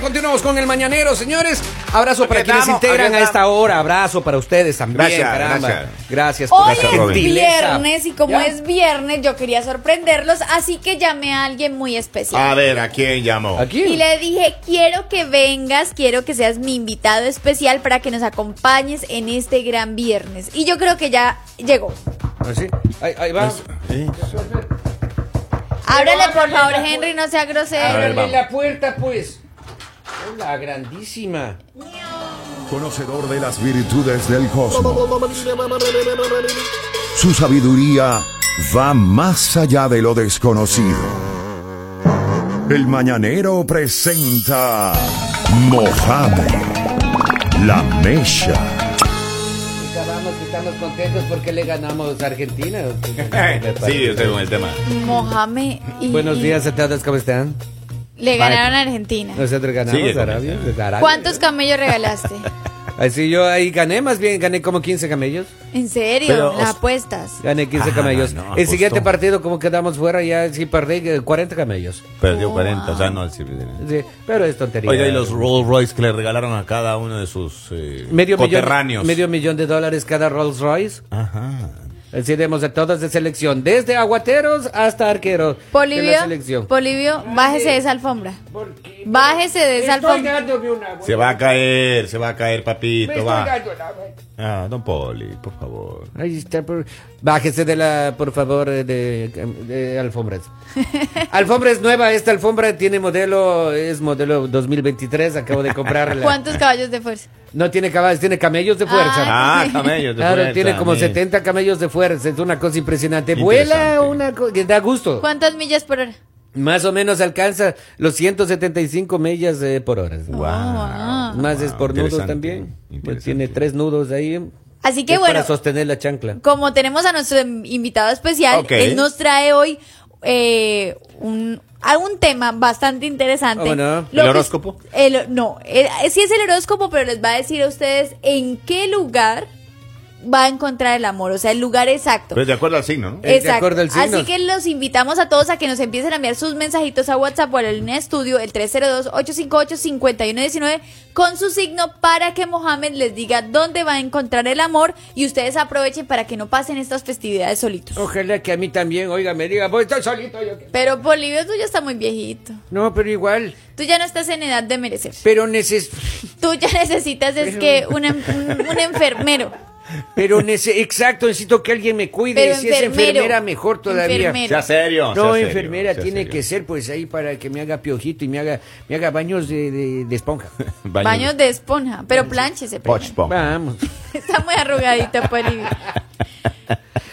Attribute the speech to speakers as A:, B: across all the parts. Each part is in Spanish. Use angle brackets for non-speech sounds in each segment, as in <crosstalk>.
A: continuamos con el mañanero, señores. Abrazo
B: Aquí
A: para quienes se
B: estamos,
A: integran
B: aquí
A: a esta
B: estamos.
A: hora. Abrazo para ustedes también.
B: Gracias,
A: caramba.
B: gracias.
A: por
C: Hoy
A: la
C: es
B: Pues Robin.
A: gentileza.
C: viernes y como
A: Ya.
C: es viernes yo quería sorprenderlos, así que llamé a alguien muy especial.
B: A ver, ¿a quién llamó?
A: Aquí.
C: Y le dije, quiero que vengas, quiero que seas mi invitado especial para que nos acompañes en este gran viernes. Y yo creo que ya llegó.
A: Así. Ahí, ahí va.
C: Ábrele por
A: ábrele
C: favor,
A: la pu-
C: Henry, no sea
B: A ver,
C: grosero.
A: Ábrele
B: vamos.
A: la puerta, pues. Hola, grandísima.
D: Conocedor de las virtudes del cosmos. Su sabiduría va más allá de lo desconocido. El mañanero presenta Mojave, la mecha.
A: Acabamos que estamos contentos porque le ganamos a
B: <laughs>
A: Argentina.
B: Eh, sí, yo estoy con el tema.
C: Mohamed y
A: Buenos días, Pues, a todos, ¿cómo están?
C: le ganaron a Argentina.
A: Nosotros ganamos
B: Sigue con
A: Arabia,
B: esa.
A: desde Arabia.
C: ¿Cuántos
A: <laughs>
C: camellos regalaste?
A: Así yo ahí gané, más bien gané como 15 camellos.
C: ¿En serio?
B: Pero,
C: Las
B: os-
C: apuestas.
A: Gané 15
B: Ah,
A: camellos.
B: no,
A: el
B: apostó.
A: siguiente partido, como quedamos fuera, ya sí perdí eh, 40 camellos.
B: Perdió 40, o sea, no el civil.
A: Sí, pero es tontería.
B: Oiga, y los Rolls Royce que le regalaron a cada uno de sus eh,
A: medio
B: coterráneos.
A: millón, medio millón de dólares cada Rolls Royce.
B: Ajá.
A: Así demos a todas de selección, desde aguateros hasta arqueros. De la
C: Polivio,
A: selección.
C: Polivio, bájese de esa alfombra. pues, Bájese de esa alfombra.
B: Se va a caer, se va a caer, papito, va. Ah, don Poli, por favor.
A: Ahí está, por- Bájese de la, por favor, eh, de, de
C: <laughs>
A: alfombras. alfombra es nueva, esta alfombra tiene modelo, es modelo 2023, acabo de comprarla.
C: ¿Cuántos caballos de fuerza?
A: No tiene caballos, tiene camellos de fuerza.
B: Ah, camellos. de
A: Claro,
B: fuerza,
A: tiene como
B: mire.
A: 70 camellos de fuerza, es una cosa impresionante. Vuela
B: Interesante.
A: una cosa que da gusto.
C: ¿Cuántas millas por hora?
A: Más o menos alcanza los 175 millas eh, por hora.
C: Ah.
A: Más
B: wow,
A: es por nudos
B: interesante,
A: también. Pues
B: interesante.
A: tiene tres nudos ahí.
C: Así que
A: Es
C: bueno.
A: Para sostener la chancla.
C: Como tenemos a nuestro em- invitado especial,
B: Ok.
C: él nos trae hoy eh, un, a un tema bastante interesante.
A: ¿Cómo no?
C: Lo
B: Oh, ¿El
C: que-
B: horóscopo?
C: el- no, eh, sí es el horóscopo, pero les va a decir a ustedes en qué lugar va a encontrar el amor, o sea, el lugar exacto.
B: Pero de acuerdo al signo, ¿no?
A: Eh, de acuerdo al signo.
C: Así que los invitamos a todos a que nos empiecen a enviar sus mensajitos a WhatsApp o a la línea de estudio, el 302-858-5119, con su signo para que Mohamed les diga dónde va a encontrar el amor y ustedes aprovechen para que no pasen estas festividades solitos.
A: Ojalá que a mí también, oiga, me diga, voy, estoy solito. Yo. qué-".
C: Pero Bolivia, tú ya estás muy viejito.
A: No, pero igual.
C: Tú ya no estás en edad de merecer.
A: Pero neces
C: Tú ya <laughs> necesitas es que un, em- un- un enfermero.
A: pero nece- <laughs> exacto, necesito que alguien me cuide.
C: Pero
A: si es
C: enfermero.
A: enfermera, mejor todavía.
C: Enfermero.
B: Sea serio.
A: No,
B: sea serio,
A: enfermera,
B: sea
A: tiene
B: serio.
A: que ser pues ahí para que me haga piojito y me haga, me haga baños de, de- de
B: <laughs>
A: esponja.
B: Baño-
C: Baños de esponja, pero plánchese. primero.
B: Poch, pom.
A: Vamos.
C: <laughs> Está muy arrugadita, Bolivia.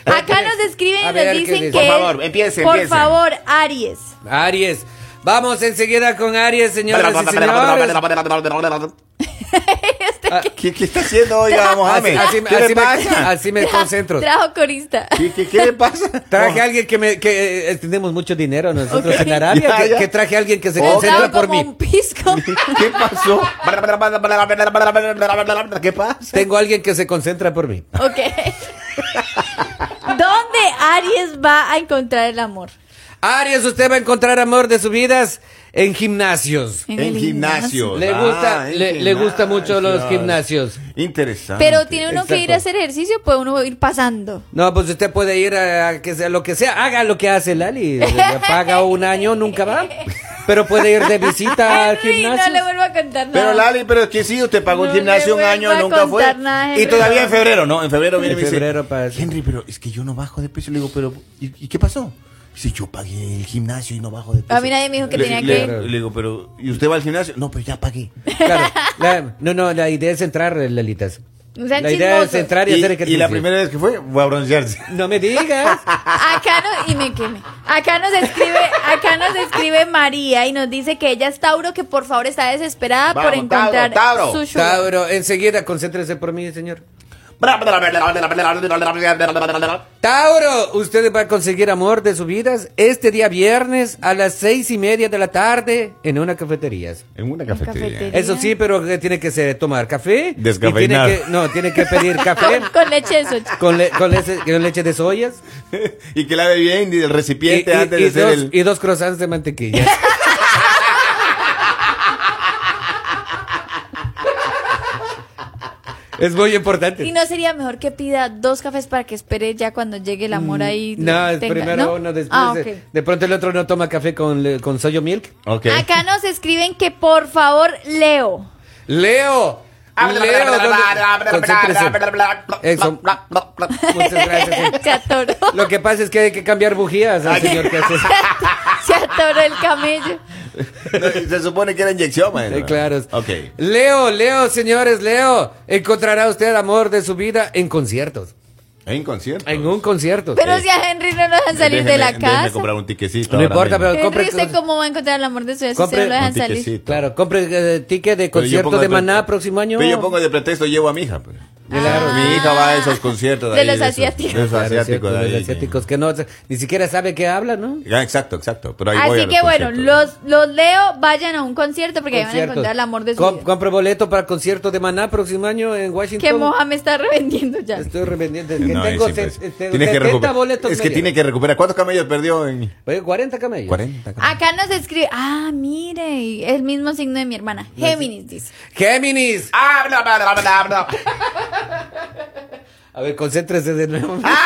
C: Acá nos escriben
A: A
C: y
A: ver,
C: nos
A: ¿qué
C: dicen que.
A: dice? Por
B: favor, empiecen,
C: Por
B: empiecen.
C: favor, Aries.
A: Aries. Vamos enseguida con Aries, señoras y señores. <laughs>
B: Ah, ¿Qué, qué está haciendo, oiga, Mohamed?
A: Este Así,
B: ¿Qué le
A: así me,
B: pasa?
A: así me concentro.
C: Trajo corista.
B: ¿Qué, qué, qué le pasa?
A: Traje a alguien que me que eh, tenemos mucho dinero nosotros
C: Ok.
A: en Arabia,
B: Ya,
A: que,
B: ya.
A: que traje a alguien que se
B: Oh.
A: concentra
C: Trajo
A: por
C: como
A: mí.
C: un
A: <laughs>
C: pisco.
B: ¿Qué pasó? ¿Qué pasa?
A: Tengo a alguien que se concentra por mí.
C: ok. ¿Dónde Aries va a encontrar el amor?
A: Aries, usted va a encontrar amor de sus vidas en gimnasios.
B: En
C: el
B: gimnasio.
A: Le gusta- le- le gusta mucho los gimnasios.
B: Interesante.
C: Pero tiene uno que ir a
A: Exacto.
C: hacer ejercicio, puede uno ir pasando.
A: No, pues usted puede ir a, a que sea lo que sea, haga lo que hace Lali. Le Paga un año, nunca va. Pero puede ir de
C: <laughs>
A: visita al
C: Henry,
A: gimnasio.
C: no le vuelvo a contar nada.
B: Pero Lali, pero es que sí, usted pagó un
C: No
B: gimnasio un
C: le
B: año,
C: vuelva a
B: nunca fue.
C: contar nada, Henry.
B: y todavía en febrero, ¿no? En febrero viene
A: En
B: y me
A: febrero
B: dice,
A: pasa.
B: Henry, pero es que yo no bajo de peso. Le digo, pero ¿y, y qué pasó? Dice, yo pagué el gimnasio y no bajo de peso.
C: A mí nadie me dijo que
B: Le-
C: tenía
B: le-
A: que-
B: Le digo, pero ¿y usted va al gimnasio? No, pero ya pagué.
A: Claro, la- no, no, la idea es entrar, Lalitas.
C: No sean
A: la idea es
C: chismosos.
A: entrar y,
B: Y,
A: hacer
B: y
A: ejercicio.
B: la primera vez que fue, fue a broncearse.
A: <laughs> No me
C: <laughs>
A: digas.
C: Acá no, y me quemé. Acá nos escribe, acá nos escribe María y nos dice que ella es Tauro, que por favor está desesperada
B: Vamos,
C: por encontrar
B: Tauro, Tauro.
C: su sugar.
A: Tauro, enseguida, concéntrese por mí, señor. Tauro, usted va a conseguir amor de sus vidas este día viernes a las seis y media de la tarde en una cafetería.
B: En una
C: cafetería.
A: Eso sí, pero que tiene que ser tomar café. y
B: Descafeinado.
A: tiene que- no, tiene que pedir café
C: <laughs> Con, con leche de soya.
A: con, le- con leche, con leche de soyas
B: <laughs> y que lave bien y el
A: y,
B: recipiente
A: y-
B: antes
A: y
B: de hacer
A: dos,
B: el.
A: y dos croissants de mantequilla. Es muy importante.
C: Y no sería mejor que pida dos cafés para que espere ya cuando llegue el amor ahí.
A: Mm, No,
C: lo
A: es
C: tenga,
A: primero
C: ¿no?
A: uno, después.
C: Ah,
A: de-
C: ok.
A: de, pronto el otro no toma café con, le- con soyo milk.
B: Ok.
C: Acá nos escriben que por favor, Leo.
A: Leo. Leo, ¿dónde- concéntrese.
B: <laughs>
A: Eso. Muchas gracias. Ah, sí.
C: Se atoró.
A: Lo que pasa es que hay que cambiar bujías al señor que hace.
C: Se atoró el camello.
B: Se supone que era inyección, maestro.
A: Sí, claro.
B: Ok.
A: Leo, Leo, señores, Leo. Encontrará usted el amor de su vida en conciertos.
B: En concierto.
A: En un concierto.
C: Pero si a Henry no lo dejan salir de la
B: Déjeme
C: casa.
B: comprar un tiquecito.
A: No
B: ahora
A: importa,
B: mismo.
A: pero compre-
C: Henry, ¿usted cómo va a encontrar el amor de su vida si
A: Compre
C: se no lo
B: un
C: dejan salir?
B: tiquecito.
A: Claro, compre eh, ticket de
B: Pero yo
A: concierto
B: pongo
A: de
B: pre-
A: Maná próximo año.
B: Pero yo pongo de pretexto, llevo a mi hija. pues.
A: Claro.
B: Mi hija va a esos conciertos.
C: De
B: ahí,
C: los
B: esos-
C: asiáticos.
B: De los
A: Claro,
B: asiáticos.
A: cierto,
B: de
A: de los
B: ahí,
A: asiáticos que no, ni siquiera sabe qué habla, ¿no?
B: Ah, exacto, exacto. Pero ahí voy a
C: Así
B: los
C: que bueno,
B: conciertos.
C: los, los Leo vayan a un concierto porque ahí van a
A: Conciertos.
C: encontrar el amor de su
A: Com-
C: vida.
A: Compre boleto para concierto de Maná próximo año en Washington.
C: Que Moja me está <laughs> revendiendo ya.
A: Estoy revendiendo. Es que
B: No,
A: tengo
B: es
A: se-
B: impresionante.
A: este,
B: Tiene que
A: 70
B: recuperar.
A: boletos.
B: Es que
A: medios.
B: tiene que recuperar. ¿Cuántos camellos perdió en
A: Oye, 40 camellos.
B: 40?
C: Acá nos escribe, ah, mire, y el mismo signo de mi hermana, Géminis dice.
A: Géminis.
B: Ah, bla, bla, bla, bla, bla.
A: A ver, concéntrese de nuevo.
B: Ah.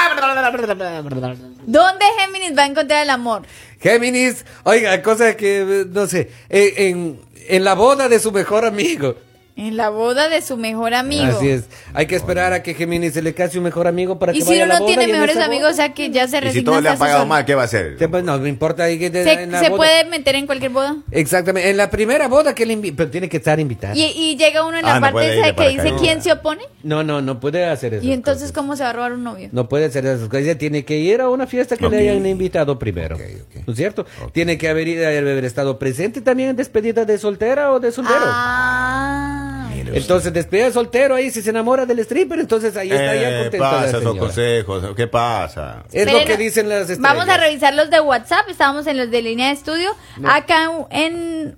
C: ¿Dónde Géminis va a encontrar el amor?
A: Géminis. Oiga, cosa que, eh, no sé, eh, en, en la boda de su mejor amigo.
C: En la boda de su mejor amigo.
A: Así es. Hay que esperar a que Géminis se le case un mejor amigo para
C: Y
A: que
C: si
A: vaya a
C: uno
A: la
C: no
A: boda.
C: tiene
A: y en
C: mejores
A: esa
C: amigos, o sea que ya se
B: Y si
C: resigna
B: todos le
C: a
B: han
C: estar
B: pagado
C: solo.
B: mal, ¿qué va a hacer?
A: boda- Pues no, me importa. ahí que- en la
C: Se, se
A: boda.
C: puede meter en
B: <laughs>
C: cualquier boda.
A: Exactamente. En la primera boda que le invi- Pero tiene que estar invitado.
C: Y, y llega uno en
B: Ah,
C: la
B: no
C: parte
B: puede ir
C: esa
B: de
C: que dice
B: paracaídas.
C: quién se opone.
A: No, no, no puede hacer eso.
C: Y entonces, ¿cómo se va a robar un novio?
A: No puede ser esas cosas. Ella tiene que ir a una fiesta que
B: Ok.
A: le hayan invitado primero.
B: Ok, ok.
A: ¿No es cierto? Tiene que haber, ido- haber estado presente también en despedida de soltera o de soltero.
C: Ah.
A: Entonces, despedida de soltero ahí, si se enamora del stripper, entonces ahí está ya
B: ¿Qué
A: contenta la
B: Eh, pasa esos
A: señora.
B: consejos? ¿Qué pasa?
A: Es lo
C: Esperen,
A: que dicen las estrellas.
C: Vamos a revisar los de WhatsApp. Estábamos en los de línea de estudio. Acá en. en-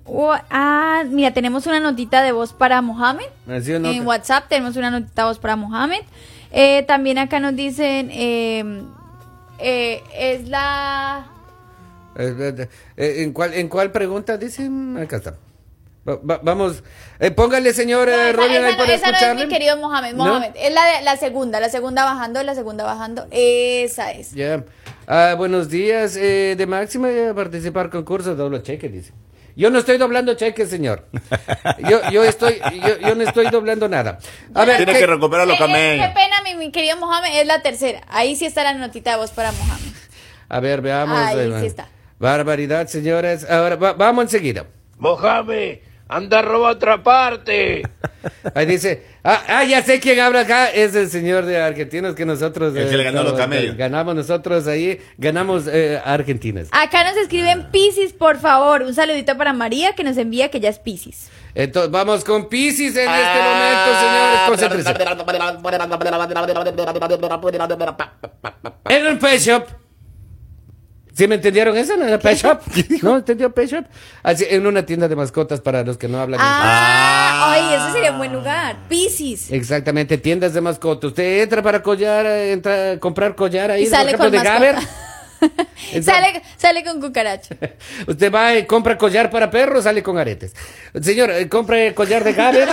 C: ah, mira, tenemos una notita de voz para Mohamed.
A: Así una
C: En
A: nota.
C: WhatsApp tenemos una notita de voz para Mohamed. Eh, también acá nos dicen. eh, eh, es la.
A: Eh, eh, eh, ¿En cuál, ¿En cuál pregunta dicen? Acá está. Va- va- vamos, eh, póngale, señor eh,
C: No, esa,
A: Robin,
C: esa
A: ahí
C: no-
A: para
C: esa no es
A: escucharle.
C: mi querido Mohamed.
A: ¿No?
C: Mohamed. Es la, de- la segunda, la segunda bajando, la segunda bajando. Esa es.
A: Ya. Ah, buenos días. eh, de máxima eh, participar concurso, doblo cheque, dice. Yo no estoy doblando cheques, señor. Yo, yo estoy, yo, yo no estoy doblando nada. A ver,
B: Tiene
A: ¿qué-
B: que recuperar los
C: Eh, eh, qué
B: camellos.
C: pena, mi, mi querido Mohamed. Es la tercera. Ahí sí está la notita de voz para Mohamed.
A: a ver, veamos.
C: Ahí
A: eh,
C: sí está.
A: Barbaridad, señores. Ahora, va- vamos enseguida.
E: Mojame, anda roba otra parte.
A: Ahí dice, ah, ah, ya sé quién habla acá, es el señor de argentinos que nosotros...
B: El que le ganó
A: todo-
B: los camellos.
A: Ganamos nosotros ahí, ganamos eh, a argentinas.
C: Acá nos escriben Piscis, por favor. Un saludito para María que nos envía que ya es Piscis.
A: Entonces, vamos con Pisces en este
B: Ah,
A: momento, señores. Concéntrense. Era un pet shop. ¿Sí me entendieron eso? ¿No era pet shop? ¿No entendió pet shop? Así, en una tienda de mascotas para los que no hablan inglés.
C: Ah,
B: Ah.
C: ay, ese sería un buen lugar. Piscis.
A: Exactamente, tiendas de mascotas. Usted entra para collar, eh, entra a comprar collar ahí,
C: Y
A: por
C: sale
A: ejemplo,
C: con
A: de Gaber.
C: mascota. sale, sale con cucaracho.
A: <laughs> Usted va y compra collar para perros, sale con aretes. Señor, eh, compre collar de
C: <laughs>
A: Gaber.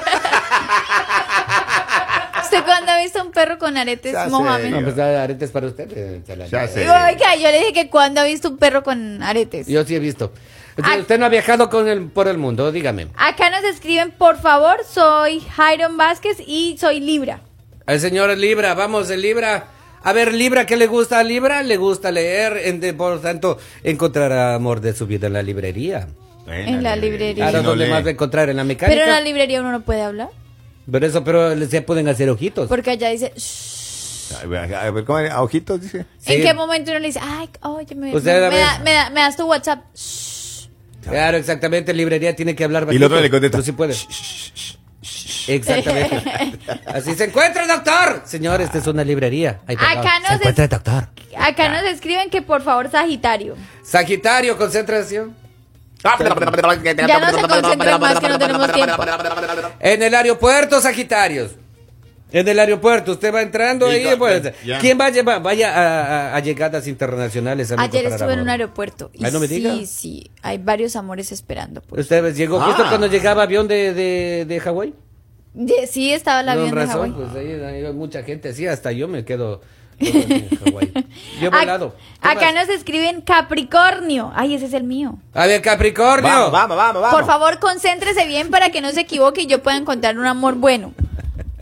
C: ¿Usted cuando ha visto un perro con aretes,
B: Ya sé.
A: no,
C: Mohamed?
A: pues ah, aretes para usted. eh, se la-
B: Ya sé.
C: Oiga, yo le dije que cuando ha visto un perro con aretes.
A: Yo sí he visto. Entonces,
C: Ah.
A: Usted no ha viajado con el, por el mundo, dígame.
C: Acá nos escriben, por favor, soy Jairon Vázquez y soy Libra.
A: El señor Libra, vamos, el Libra. A ver, Libra, ¿qué le gusta a Libra? Le gusta leer, en- de- por tanto, encontrar amor de su vida en la librería.
C: En la librería.
A: Ahora,
B: Si no
A: ¿dónde
B: lee.
A: más va a encontrar? En la mecánica.
C: Pero
A: Pero,
C: en la librería uno no puede hablar.
A: eso, pero se pueden hacer ojitos.
C: Porque allá dice, "Shh".
B: A ver, a ver, ¿cómo era? ¿A ojitos dice?
A: Sí.
C: ¿En qué momento uno le dice, ay, oye, me,
A: Usted a
C: me
A: ver.
C: da- me da- me das tu WhatsApp? Shh.
A: Claro, exactamente, librería tiene que hablar
B: Y el otro le contesta.
A: Tú sí puedes.
C: <laughs>
A: Exactamente. Así se encuentra, doctor. Señor, esta es una librería. Ay, perdón.
C: Acá no
A: se
C: se-
A: encuentra, doctor.
C: Acá nos escriben que por favor Sagitario.
A: Sagitario, concentración.
C: Ya no se concentren más que no tenemos tiempo.
A: En el aeropuerto, Sagitarios. En el aeropuerto, usted va entrando
B: Y
A: ahí.
B: go-
A: pues,
B: ya.
A: ¿Quién va a llevar? Vaya a, a- a llegadas internacionales. amigo,
C: Ayer
A: para
C: estuve en
A: la-
C: un aeropuerto y
A: Ay, no me
C: sí,
A: diga.
C: sí, hay varios amores esperando. pues.
A: Usted llegó justo
B: Ah.
A: cuando llegaba avión de, de, de Hawái.
C: Ye- Sí, estaba la
A: Con
C: avión de
A: razón,
C: Hawái.
A: pues ahí hay mucha gente así, hasta yo me quedo todo en
C: <laughs>
A: Hawái. eh, Yo he
C: Ac-
A: volado. ¿Qué
C: Acá
A: más?
C: nos escriben Capricornio. Ay, ese es el mío.
A: A ver, Capricornio.
B: Vamos, vamos, vamos, vamos.
C: Por favor, concéntrese bien para que no se equivoque y yo pueda encontrar un amor bueno.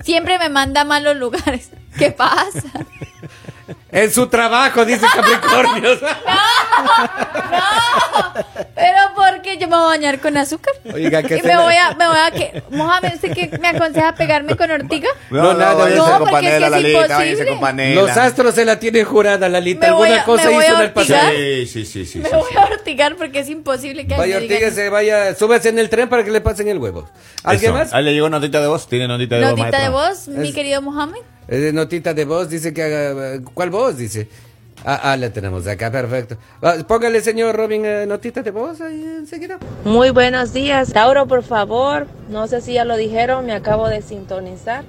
C: Siempre me manda a malos lugares. <laughs> ¿Qué pasa?
A: En su trabajo,
C: <laughs>
A: dice Capricornio.
C: Pero porque yo me voy a bañar con azúcar.
A: Oiga, ¿qué
C: y
A: se
C: me
A: le- <laughs>
C: voy a, me voy a que, Mohamed, ¿usted qué me aconseja pegarme con ortiga?
A: No, nada,
B: váyanse
A: no,
B: con
C: porque es que
B: panela,
C: es
B: Lalita,
C: imposible.
B: váyanse con panela.
A: Los astros se la tienen jurada, Lalita.
C: Me voy
A: Alguna
C: a-
A: cosa
C: me voy
A: hizo
C: a
A: en el pasado.
C: ortigar.
B: Sí, sí, sí, sí.
C: Me
B: sí,
C: voy
B: sí.
C: a ortigar porque es imposible que
A: Vaya,
C: alguien me diga
A: Ortiga,
C: no.
A: se vaya, súbase en el tren para que le pasen el huevo. ¿Alguien
B: Eso.
A: más?
B: Ahí le llegó notita de voz. Tiene notita de voz.
C: Notita de
B: maestra?
C: voz, mi
A: Es-
C: querido Mohamed.
A: Eh, notita de voz, dice que haga... eh, ¿Cuál voz? Dice. Ah, ah, la tenemos acá, perfecto. Ah, póngale, señor Robin, eh, notita de voz ahí enseguida.
F: Muy buenos días. Tauro, por favor. No sé si ya lo dijeron, me acabo de sintonizar.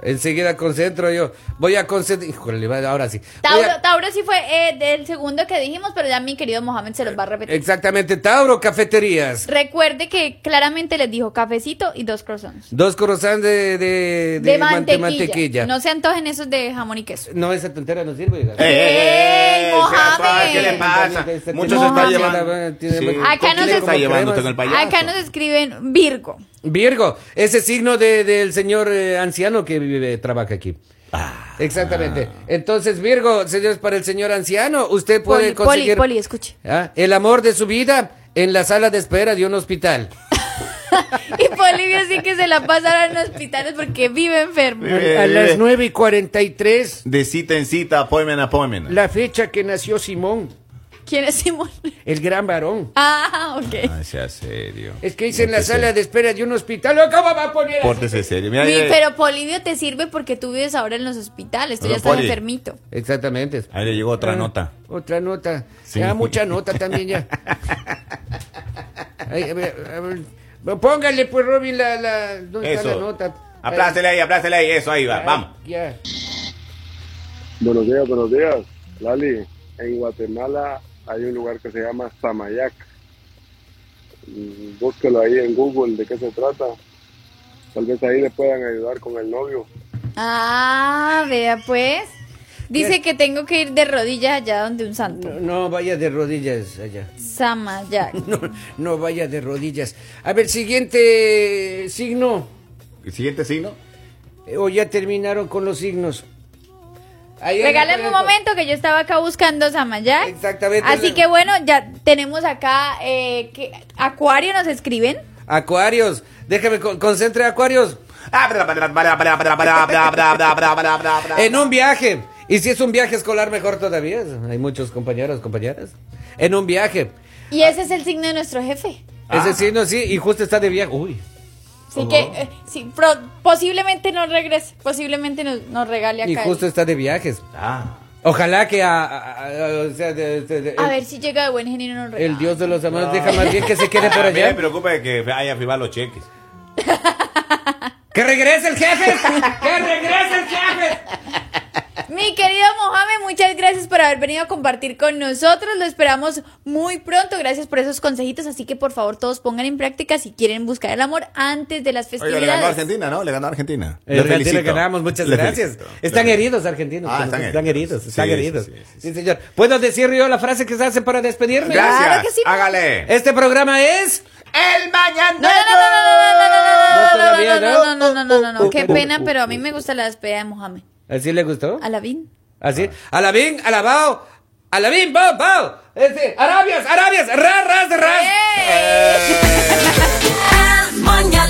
A: Enseguida concentro yo. Voy a concentrar... Híjole, va- ahora sí. Voy
C: Tauro,
A: a-
C: Tauro sí fue eh, del segundo que dijimos, pero ya mi querido Mohamed se los va a repetir.
A: Exactamente, Tauro, cafeterías.
C: Recuerde que claramente les dijo cafecito y dos croissants.
A: Dos croissants de, de, de
C: De,
A: mante-
C: mantequilla. No se antojen esos de jamón y queso.
A: No, esa tontera no sirve. oiga.
B: ¡Ey, ey, ey!
C: Mohamed!
B: Suave, ¿Qué le eh, pasa?
A: Este
B: Muchos se
C: Mohamed.
B: están llevando.
A: Tiene-
C: Acá no
B: se
C: se-
B: está llevando con el payaso.
A: pues.
C: Acá nos escriben Virgo.
A: Virgo, ese signo de- del señor eh, anciano que vive, trabaja aquí. Exactamente. Entonces, Virgo, señores, para el señor anciano, usted puede
C: Poli, poli,
A: conseguir
C: poli, escuche.
A: ah, el amor de su vida en la sala de espera de un hospital.
C: Y Polivio sí que se la pasa en hospitales porque vive enfermo.
B: Vive- Eh,
A: A las
B: eh.
A: 9 y 43,
B: De cita en cita, appointment en appointment.
A: la fecha que nació Simón,
C: ¿Quién es Simón?
A: el gran varón.
C: Ah, ok.
B: Ay, sea serio.
A: Es que hice en la
B: Pórtese-
A: sala de espera de un hospital. ¡Oh, ¿Cómo va a poner así?
B: Pórtese serio. Mira,
C: Mi-
B: ahí-
C: pero Polivio te sirve porque tú vives ahora en los hospitales, tú
B: Hola,
C: ya estás
B: Poli.
C: enfermito.
A: Exactamente.
B: ahí le llegó otra
A: Ah,
B: nota.
A: Otra nota.
B: Sí.
A: Ya, mucha nota también ya. Ay, a ver, a ver. Bueno, Póngale pues, Robin, la, la, ¿dónde está la
B: Eso.
A: nota?
B: Aplástele ahí, aplástele ahí. Eso, ahí va.
A: Ay,
B: Vamos.
A: Ya.
G: Buenos días, buenos días. Lali, en Guatemala hay un lugar que se llama Samayac. Mm, Búsquelo ahí en Google de qué se trata. Tal vez ahí le puedan ayudar con el novio.
C: Ah, vea pues. Dice que tengo que ir de rodillas allá donde un santo.
A: No, no vaya de rodillas allá. <laughs>
C: Samayac.
A: No, no vaya de rodillas. A ver, siguiente signo.
B: ¿El siguiente signo?
A: Eh, O ya terminaron con los signos. Ahí hay-
C: <laughs> Regálame un momento que yo estaba acá buscando Samayac.
A: Exactamente.
C: Así que bueno, ya tenemos acá eh, que Acuario nos escriben.
A: Acuarios. Déjame, con- concentre, Acuarios.
B: Ah,
A: En un viaje. Y si es un viaje escolar, mejor todavía. Hay muchos compañeros, compañeras. En un viaje.
C: Y ese es el signo de nuestro jefe.
A: Ese signo sí, y justo está de viaje. Uy.
C: Así que eh, sí, pro- posiblemente no regrese, posiblemente nos, nos regale
A: Y
C: acá.
A: justo está de viajes.
B: Ah.
A: Ojalá que a, a- a- o sea, de- de- de-
C: A
A: el,
C: ver si llega de buen genio y nos regala.
A: el dios de los amados deja más bien que se quede por
B: <laughs> A mí Ah, me
A: allá.
B: preocupa de que haya firmado los cheques.
A: ¡Que regrese el jefe! <laughs> ¡Que regrese el jefe!
C: Mi querido Mohamed, muchas gracias por haber venido a compartir con nosotros. Lo esperamos muy pronto. Gracias por esos consejitos. Así que por favor todos pongan en práctica si quieren buscar el amor antes de las
B: Oiga, le ganó a
C: festividades.
B: Argentina, ¿no? Le ganó a Argentina.
A: Eh,
B: Le
A: Argentina
B: felicito.
A: ganamos, muchas
B: Le
A: gracias.
B: felicito.
A: Están
B: Le-
A: heridos argentinos.
B: Ah,
A: que
B: están
A: nos- están
B: heridos.
A: heridos. Están
B: Sí, sí,
A: heridos.
B: sí, sí, sí.
A: Sí, señor. ¿Puedo decir yo la frase que se hace para despedirme?
B: Gracias.
C: Claro que sí.
B: Hágale.
A: Este programa es...
B: El
C: No, no,
B: mañana.
C: no,
A: No, todavía
C: no, no, no, no, no, no, no, no, no, no, no, no, no. Qué
A: Oh, oh,
C: pena, pero a mí me gusta la despedida de Mohamed.
A: ¿Así le gustó?
C: Alavín.
A: Así. Alabín, alabao. Alabín, bao, bao. Este, Arabias, Arabias, ra, ras, ras.
C: ¡Eh!
H: El mañanero